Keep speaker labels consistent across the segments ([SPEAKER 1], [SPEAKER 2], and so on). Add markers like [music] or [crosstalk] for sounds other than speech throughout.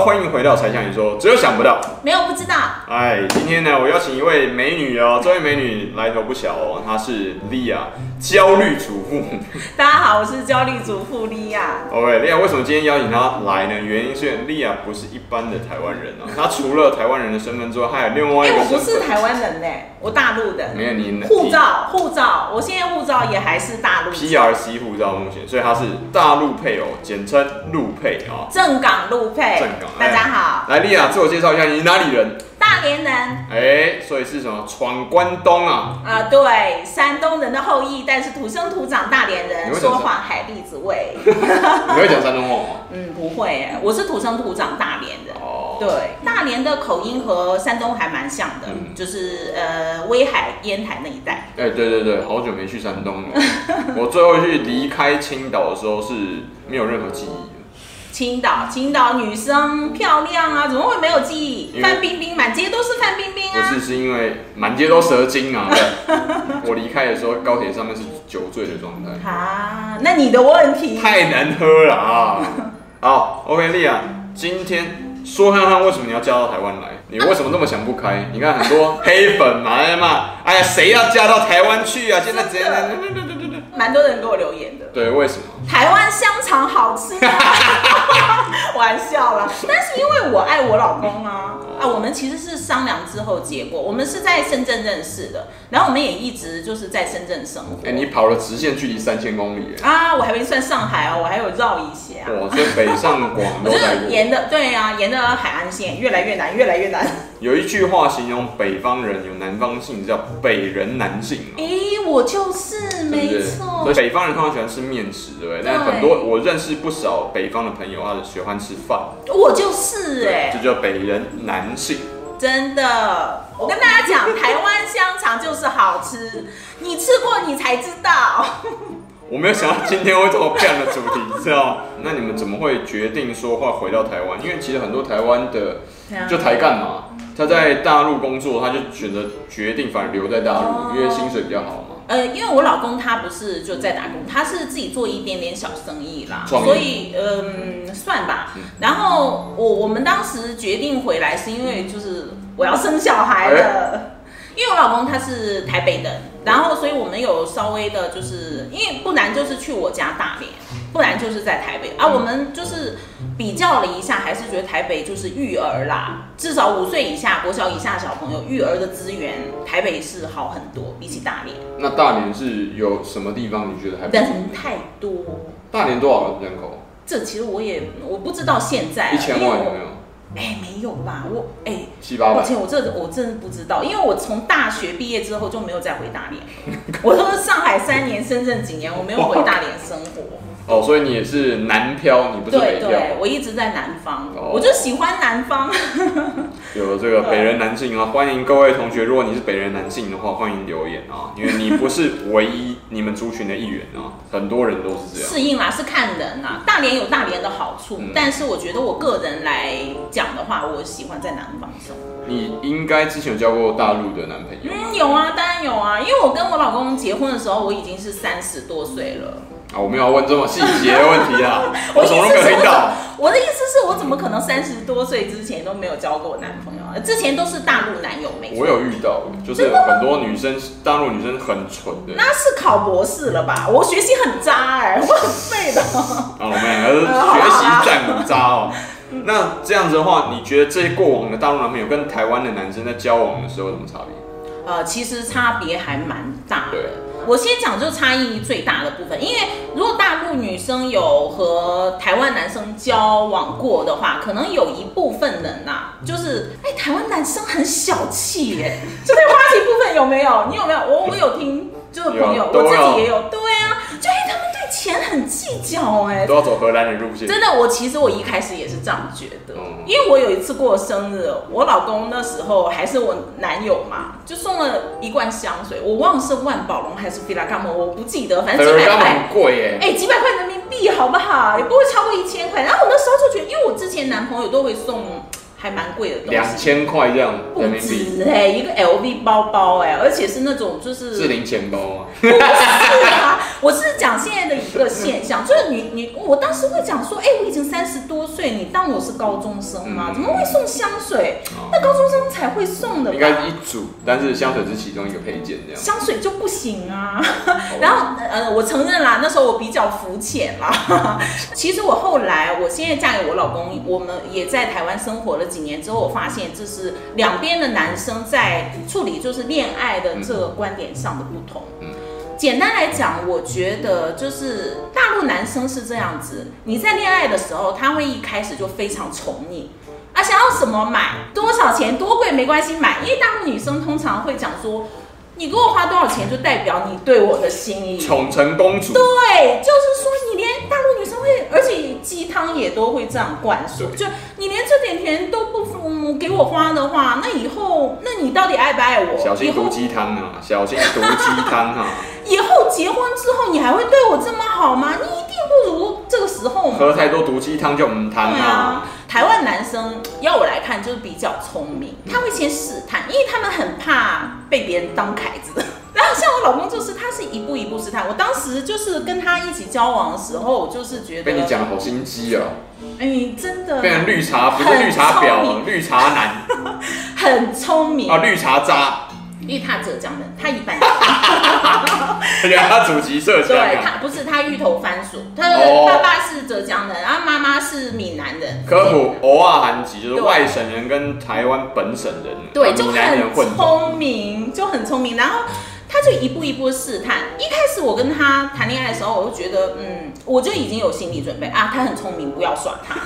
[SPEAKER 1] 欢迎回到猜想宇宙，只有想不到。
[SPEAKER 2] 没有不知道，
[SPEAKER 1] 哎，今天呢，我邀请一位美女哦，这位美女来头不小哦，她是 Lia，焦虑主妇。 [laughs]
[SPEAKER 2] 大家好，我是焦虑主妇莉亚。
[SPEAKER 1] OK，Lia 为什么今天邀请她来呢？原因是 Lia 不是一般的台湾人哦，她除了台湾人的身份之外，还有另
[SPEAKER 2] 哎、
[SPEAKER 1] 外一个
[SPEAKER 2] 我
[SPEAKER 1] 身
[SPEAKER 2] 不
[SPEAKER 1] 份。
[SPEAKER 2] 是台湾人嘞、我大陆的。
[SPEAKER 1] 没有你啊
[SPEAKER 2] 护照，护照，我现在护照也还是大陆
[SPEAKER 1] PRC 护照目前，所以她是大陆配偶，简称陆配啊、
[SPEAKER 2] 正港陆配。
[SPEAKER 1] 正港哎
[SPEAKER 2] 大家好，
[SPEAKER 1] 来，Lia 自我介绍一下，你是哪里人？
[SPEAKER 2] 大连人，
[SPEAKER 1] 哎、所以是什么？闯关东啊！
[SPEAKER 2] 啊，对，山东人的后裔，但是土生土长大连
[SPEAKER 1] 你
[SPEAKER 2] 人，
[SPEAKER 1] 为什么
[SPEAKER 2] 说
[SPEAKER 1] 是
[SPEAKER 2] 谎海蛎子味。
[SPEAKER 1] 你会讲山东话吗？
[SPEAKER 2] [laughs] 嗯，不会耶、我是土生土长大连人。
[SPEAKER 1] 哦，
[SPEAKER 2] 对，大连的口音和山东还蛮像的，
[SPEAKER 1] 嗯
[SPEAKER 2] 就是呃威海、烟台那一带。
[SPEAKER 1] 哎、对对对，好久没去山东了。我最后去离开青岛的时候是没有任何记忆
[SPEAKER 2] 青岛，青岛女生漂亮啊，怎么会没有记忆？
[SPEAKER 1] 因为
[SPEAKER 2] 范冰冰满街都是范冰冰
[SPEAKER 1] 的，不
[SPEAKER 2] 啊
[SPEAKER 1] 是，是因为满街都蛇精啊！我离开的时候，高铁上面是酒醉的状态，
[SPEAKER 2] 啊，那你的问题，
[SPEAKER 1] 太难喝了啊！好，OK，丽亚，今天。说看看为什么你要嫁到台湾来？你为什么那么想不开？你看很多黑粉嘛，哎呀妈，哎呀，谁要嫁到台湾去啊？现在直接
[SPEAKER 2] 真的蛮多人给我留言的，
[SPEAKER 1] 对，为什么？
[SPEAKER 2] 台湾香肠好吃吗？玩笑啦，但是因为我爱我老公啊，啊，我们其实是商量之后结果，我们是在深圳认识的，然后我们也一直就是在深圳生活。
[SPEAKER 1] 哎、你跑了直线距离三千公里，
[SPEAKER 2] 啊，我还没算上海哦，我还有绕一下。
[SPEAKER 1] 哎，哇，这北上广
[SPEAKER 2] 我
[SPEAKER 1] 都
[SPEAKER 2] 就
[SPEAKER 1] 来
[SPEAKER 2] 是
[SPEAKER 1] 过。
[SPEAKER 2] 沿着，对啊，沿着海岸线越来越难，越来越难。
[SPEAKER 1] 有一句话形容北方人有南方性，叫北人南性啊。
[SPEAKER 2] 诶，我就是，
[SPEAKER 1] 对不
[SPEAKER 2] 哎没
[SPEAKER 1] 对？所
[SPEAKER 2] 错
[SPEAKER 1] 以。北方人通常喜欢吃面食，对不对？但
[SPEAKER 2] 对
[SPEAKER 1] 很多我认识不少北方的朋友，他喜欢吃饭，
[SPEAKER 2] 我就是哎、
[SPEAKER 1] 这叫北人南性。
[SPEAKER 2] 真的，我跟大家讲，台湾香肠就是好吃，你吃过你才知道。
[SPEAKER 1] 我没有想到今天会这么漂亮的主题，你知道
[SPEAKER 2] [laughs]
[SPEAKER 1] 吗？那你们怎么会决定说话回到台湾？因为其实很多台湾的就台干嘛，他在大陆工作，他就选择决定反而留在大
[SPEAKER 2] 哦
[SPEAKER 1] 陆，因为薪水比较好嘛。
[SPEAKER 2] 呃，因为我老公他不是就在打工，他是自己做一点点小生意啦，
[SPEAKER 1] 创业
[SPEAKER 2] 所以嗯，算吧。然后我我们当时决定回来，是因为就是我要生小孩
[SPEAKER 1] 哎
[SPEAKER 2] 了，因为我老公他是台北人，然后所以我们有稍微的，就是因为不然就是去我家大连，不然就是在台北啊。
[SPEAKER 1] 嗯
[SPEAKER 2] 我们就是比较了一下，还是觉得台北就是育儿啦，至少五岁以下、国小以下小朋友育儿的资源，台北是好很多，比起大连。
[SPEAKER 1] 那大连是有什么地方你觉得还不错？
[SPEAKER 2] 人太多，
[SPEAKER 1] 大连多少人口？
[SPEAKER 2] 这其实我也我不知道现在
[SPEAKER 1] 一千万
[SPEAKER 2] 因为
[SPEAKER 1] 有
[SPEAKER 2] 我
[SPEAKER 1] 没有？
[SPEAKER 2] 哎、没有吧？我哎，
[SPEAKER 1] 七八
[SPEAKER 2] 抱
[SPEAKER 1] 百？
[SPEAKER 2] 歉，我这我真的不知道，因为我从大学毕业之后就没有再回大连了，我都是上海三年，深圳几年，我没有回大连生活。
[SPEAKER 1] 哦，所以你也是南漂，你不是
[SPEAKER 2] 对
[SPEAKER 1] 北
[SPEAKER 2] 对，
[SPEAKER 1] 漂。
[SPEAKER 2] 我一直在南方，
[SPEAKER 1] 哦啊
[SPEAKER 2] 我就喜欢南方。
[SPEAKER 1] 有了这个北人男性啊，欢迎各位同学，如果你是北人男性的话，欢迎留言啊，因为你不是唯一你们族群的一员啊，很多人都是这样。
[SPEAKER 2] 适应啦，是看人啦。大连有大连的好处，
[SPEAKER 1] 嗯
[SPEAKER 2] 但是我觉得我个人来讲的话，我喜欢在南方生活。
[SPEAKER 1] 你应该之前有交过大陆的男朋友
[SPEAKER 2] 嗯，有啊，当然有啊，因为我跟我老公结婚的时候，我已经是三十多岁了。
[SPEAKER 1] 啊？我没有要问这么细节的问题
[SPEAKER 2] [laughs]
[SPEAKER 1] 啊，我
[SPEAKER 2] 的
[SPEAKER 1] 什么都
[SPEAKER 2] 意
[SPEAKER 1] 没有
[SPEAKER 2] 思是
[SPEAKER 1] 听到。
[SPEAKER 2] 我的意思是我怎么可能三十多岁之前都没有交过男朋友啊？之前都是大陆男友，没
[SPEAKER 1] 我
[SPEAKER 2] 错。
[SPEAKER 1] 有遇到，就是很多女生，大陆女生很蠢的
[SPEAKER 2] 那是考博士了吧？我学习很渣哎、 [laughs] 我很废的。
[SPEAKER 1] 啊，我们两个是学习战五渣哦。
[SPEAKER 2] 嗯
[SPEAKER 1] 那这样子的话，你觉得这些过往的大陆男朋友跟台湾的男生在交往的时候有什么差别？
[SPEAKER 2] 呃，其实差别还蛮大的
[SPEAKER 1] 对。啊
[SPEAKER 2] 我先讲就差异最大的部分，因为如果大陆女生有和台湾男生交往过的话，可能有一部分人呐、就是哎、台湾男生很小气耶，就在话题部分有没有？你有没有？我我有听，就是朋友
[SPEAKER 1] 有，
[SPEAKER 2] 我
[SPEAKER 1] 都
[SPEAKER 2] 自
[SPEAKER 1] 有
[SPEAKER 2] 己也有，对啊，就哎、他们对钱很计较哎，
[SPEAKER 1] 都要走荷兰的路线，
[SPEAKER 2] 真的，我其实我一开始也是这样觉得
[SPEAKER 1] 嗯，
[SPEAKER 2] 因为我有一次过生日，我老公那时候还是我男友嘛，就送了一罐香水，我忘了是万宝龙还是菲拉干莫，我不记得，反正几
[SPEAKER 1] 荷
[SPEAKER 2] 百
[SPEAKER 1] 兰
[SPEAKER 2] 块，
[SPEAKER 1] 很贵耶。
[SPEAKER 2] 哎、几百块人民币好不好？也不会超过一千块。然后我那时候就觉得，因为我之前男朋友都会送还蛮贵的东西，
[SPEAKER 1] 两千块这样
[SPEAKER 2] 不
[SPEAKER 1] 人民币，
[SPEAKER 2] 止哎、一个 LV 包包哎、而且是那种就是
[SPEAKER 1] 是零钱包啊。
[SPEAKER 2] 不是啊，我是讲现在的一个现象，就是你你我当时会讲说，哎、我已经三十多岁，你当我是高中生吗？
[SPEAKER 1] 嗯
[SPEAKER 2] 怎么会送香水？
[SPEAKER 1] 哦
[SPEAKER 2] 那高中生才会送的
[SPEAKER 1] 应该
[SPEAKER 2] 吧？
[SPEAKER 1] 是一组，但是香水是其中一个配件这样。哦
[SPEAKER 2] 香水就不行啊。
[SPEAKER 1] 好吧
[SPEAKER 2] [laughs] 然后呃，我承认啦，那时候我比较肤浅啦。 [laughs] 其实我后来，我现在嫁给我老公，我们也在台湾生活了几年之后，我发现这是两边的男生在处理就是恋爱的这个观点上的不同。
[SPEAKER 1] 嗯
[SPEAKER 2] 简单来讲，我觉得就是大陆男生是这样子，你在恋爱的时候，他会一开始就非常宠你。啊，想要什么买，多少钱多贵没关系买，因为大陆女生通常会讲说，你给我花多少钱就代表你对我的心意。
[SPEAKER 1] 宠成公主，
[SPEAKER 2] 对，就是说你连大陆女生会，而且鸡汤也都会这样灌输，
[SPEAKER 1] 对
[SPEAKER 2] 就你连这点钱都不嗯给我花的话，那以后那你到底爱不爱我？
[SPEAKER 1] 小
[SPEAKER 2] 以
[SPEAKER 1] 心毒
[SPEAKER 2] 后
[SPEAKER 1] 鸡汤啊！小心毒鸡汤啊！
[SPEAKER 2] 以后结婚之后，你还会对我这么好吗？你一定不如这个时候嘛。
[SPEAKER 1] 喝太多毒鸡汤就唔谈
[SPEAKER 2] 对
[SPEAKER 1] 啊
[SPEAKER 2] 啊。，台湾男生要我来看就是比较聪明，他会先试探，因为他们很怕被别人当凯子。 [laughs] 然后像我老公就是，他是一步一步试探。我当时就是跟他一起交往的时候，就是觉得
[SPEAKER 1] 被你讲的好心机哦，
[SPEAKER 2] 哎、真的
[SPEAKER 1] 变成绿茶不是绿茶婊了，绿茶男
[SPEAKER 2] 很聪明
[SPEAKER 1] 啊，，绿茶渣，
[SPEAKER 2] 因为他浙江人，他一半
[SPEAKER 1] 原来他祖籍浙江
[SPEAKER 2] 对
[SPEAKER 1] 啊。
[SPEAKER 2] 他不是他芋头番薯，他
[SPEAKER 1] 哦
[SPEAKER 2] 爸爸是浙江人，然后妈妈是闽南人，
[SPEAKER 1] 科普偶尔韩籍就是
[SPEAKER 2] 对
[SPEAKER 1] 外省人跟台湾本省人，
[SPEAKER 2] 对，
[SPEAKER 1] 把
[SPEAKER 2] 就
[SPEAKER 1] 闽南人混
[SPEAKER 2] 很聪明，就很聪明。然后他就一步一步试探。一开始我跟他谈恋爱的时候，我就觉得，嗯，我就已经有心理准备啊，他很聪明，不要耍他。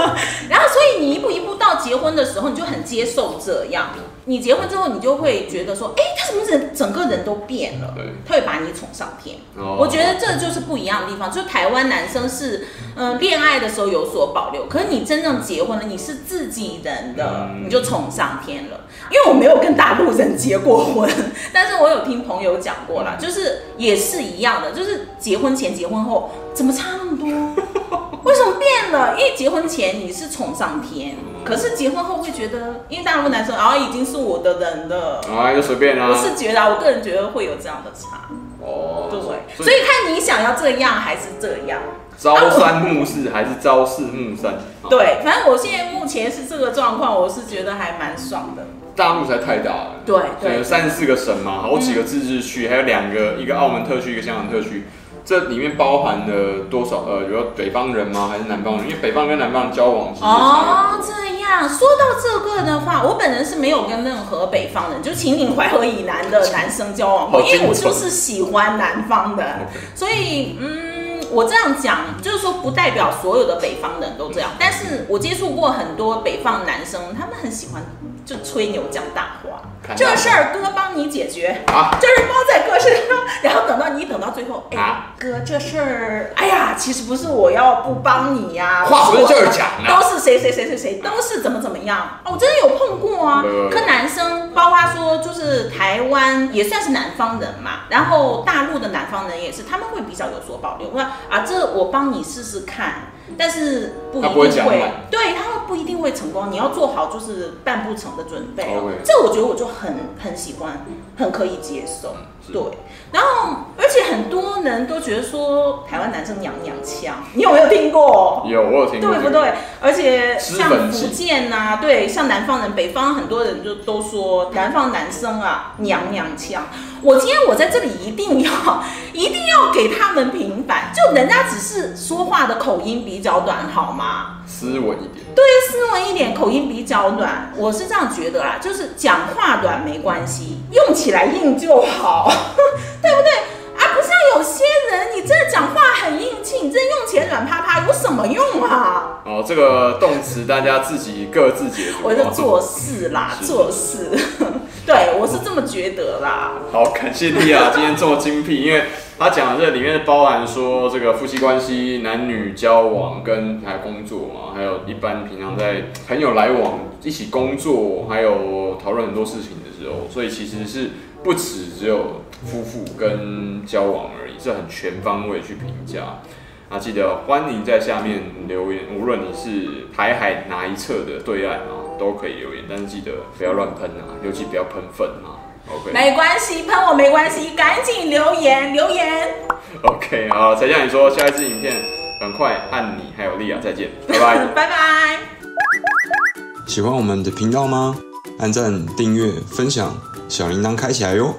[SPEAKER 2] [laughs] 然后，所以你一步一步到结婚的时候，你就很接受这样。你结婚之后，你就会觉得说，哎，他怎么整整个人都变了
[SPEAKER 1] 对？
[SPEAKER 2] 他会把你宠上天。
[SPEAKER 1] 哦
[SPEAKER 2] 我觉得这就是不一样的地方，就是台湾男生是，嗯、恋爱的时候有所保留，可是你真正结婚了，你是自己人的，
[SPEAKER 1] 嗯
[SPEAKER 2] 你就宠上天了。因为我没有跟大陆人结过婚， [laughs] 但是我有听朋友讲过啦，就是也是一样的，就是结婚前、结婚后怎么差那么多？为什么变了？因为结婚前你是宠上天，可是结婚后会觉得，因为大陆男生啊、已经是我的人了。
[SPEAKER 1] 啊，就随便啊
[SPEAKER 2] 我。是觉得啊，我个人觉得会有这样的差，
[SPEAKER 1] 哦，
[SPEAKER 2] 对，所以看你想要这样还是这样。
[SPEAKER 1] 朝三暮四还是朝四暮三？啊，
[SPEAKER 2] 对，反正我现在目前是这个状况，我是觉得还蛮爽的。
[SPEAKER 1] 大陆实在太大了。
[SPEAKER 2] 对嗯
[SPEAKER 1] 对，有
[SPEAKER 2] 对，
[SPEAKER 1] 三十四个省嘛，好几个自治区，还有两个，一个澳门特区，一个香港特区。这里面包含了多少？呃，比如说北方人吗？还是南方人？因为北方跟南方人交往其实差
[SPEAKER 2] 哦，这样说到这个的话，我本人是没有跟任何北方人，就秦岭淮河以南的男生交往过，
[SPEAKER 1] 好精
[SPEAKER 2] 因为我
[SPEAKER 1] 准
[SPEAKER 2] 就是喜欢南方的，所以嗯，我这样讲就是说不代表所有的北方人都这样，但是我接触过很多北方男生，他们很喜欢就吹牛讲大话，
[SPEAKER 1] 看
[SPEAKER 2] 这
[SPEAKER 1] 到
[SPEAKER 2] 事儿哥帮你解决。
[SPEAKER 1] 啊，
[SPEAKER 2] 就是包在哥身上，然后等到你等到最后，哎、
[SPEAKER 1] 啊
[SPEAKER 2] 哥这事儿，哎呀，其实不是我要不帮你呀、
[SPEAKER 1] 话不是
[SPEAKER 2] 我
[SPEAKER 1] 这儿讲的
[SPEAKER 2] 都是谁谁谁谁谁，都是怎么怎么样。哦，我真的有碰过啊
[SPEAKER 1] 没有没有。
[SPEAKER 2] 可男生，包括说就是台湾也算是南方人嘛，然后大陆的南方人也是，他们会比较有所保留，会啊，这我帮你试试看。但是不一
[SPEAKER 1] 他
[SPEAKER 2] 定
[SPEAKER 1] 不会讲
[SPEAKER 2] 会
[SPEAKER 1] 满
[SPEAKER 2] 对他不一定会成功，你要做好就是办不成的准备了
[SPEAKER 1] OK。
[SPEAKER 2] 这我觉得我就很很喜欢，很可以接受。
[SPEAKER 1] 嗯是
[SPEAKER 2] 对，然后而且很多人都觉得说台湾男生娘娘腔，你有没有听过？
[SPEAKER 1] 有，我有听过、
[SPEAKER 2] 对不？对？而且
[SPEAKER 1] 资
[SPEAKER 2] 像
[SPEAKER 1] 本
[SPEAKER 2] 福
[SPEAKER 1] 制
[SPEAKER 2] 建呐、对，像南方人、北方很多人就都说南方男生啊娘娘腔。我今天我在这里一定要 [laughs] 一定要给他们平反，就人家只是说话的口音比较短，好吗？
[SPEAKER 1] 斯文一点，
[SPEAKER 2] 对，斯文一点，口音比较暖，我是这样觉得啦，就是讲话短没关系，用起来硬就好， [laughs] 对不对？啊，不像有些人，你真的讲话很硬气，你真的用起来软趴趴，有什么用啊？
[SPEAKER 1] 哦，这个动词大家自己各自解读。哦
[SPEAKER 2] 我就做事啦，
[SPEAKER 1] 是
[SPEAKER 2] 做事， [laughs] 对我是这么觉得啦。
[SPEAKER 1] 好，感谢莉亚今天这么精辟，因为她讲的这里面包含说这个夫妻关系、男女交往跟还有工作嘛，还有一般平常在朋友来往、一起工作，还有讨论很多事情的时候，所以其实是不止只有夫妇跟交往而已，这很全方位去评价。啊，记得欢迎在下面留言，无论你是台海哪一侧的对岸啊，都可以留言，但是记得不要乱喷啊，尤其不要喷粪啊。OK。
[SPEAKER 2] 没关系，喷我没关系，赶紧留言留言。
[SPEAKER 1] OK， OK，好，才像你说，下一支影片赶快按你还有莉亚再见，拜拜。
[SPEAKER 2] 拜拜。
[SPEAKER 1] 喜欢我们的频道吗？按赞、订阅、分享，小铃铛开起来哟！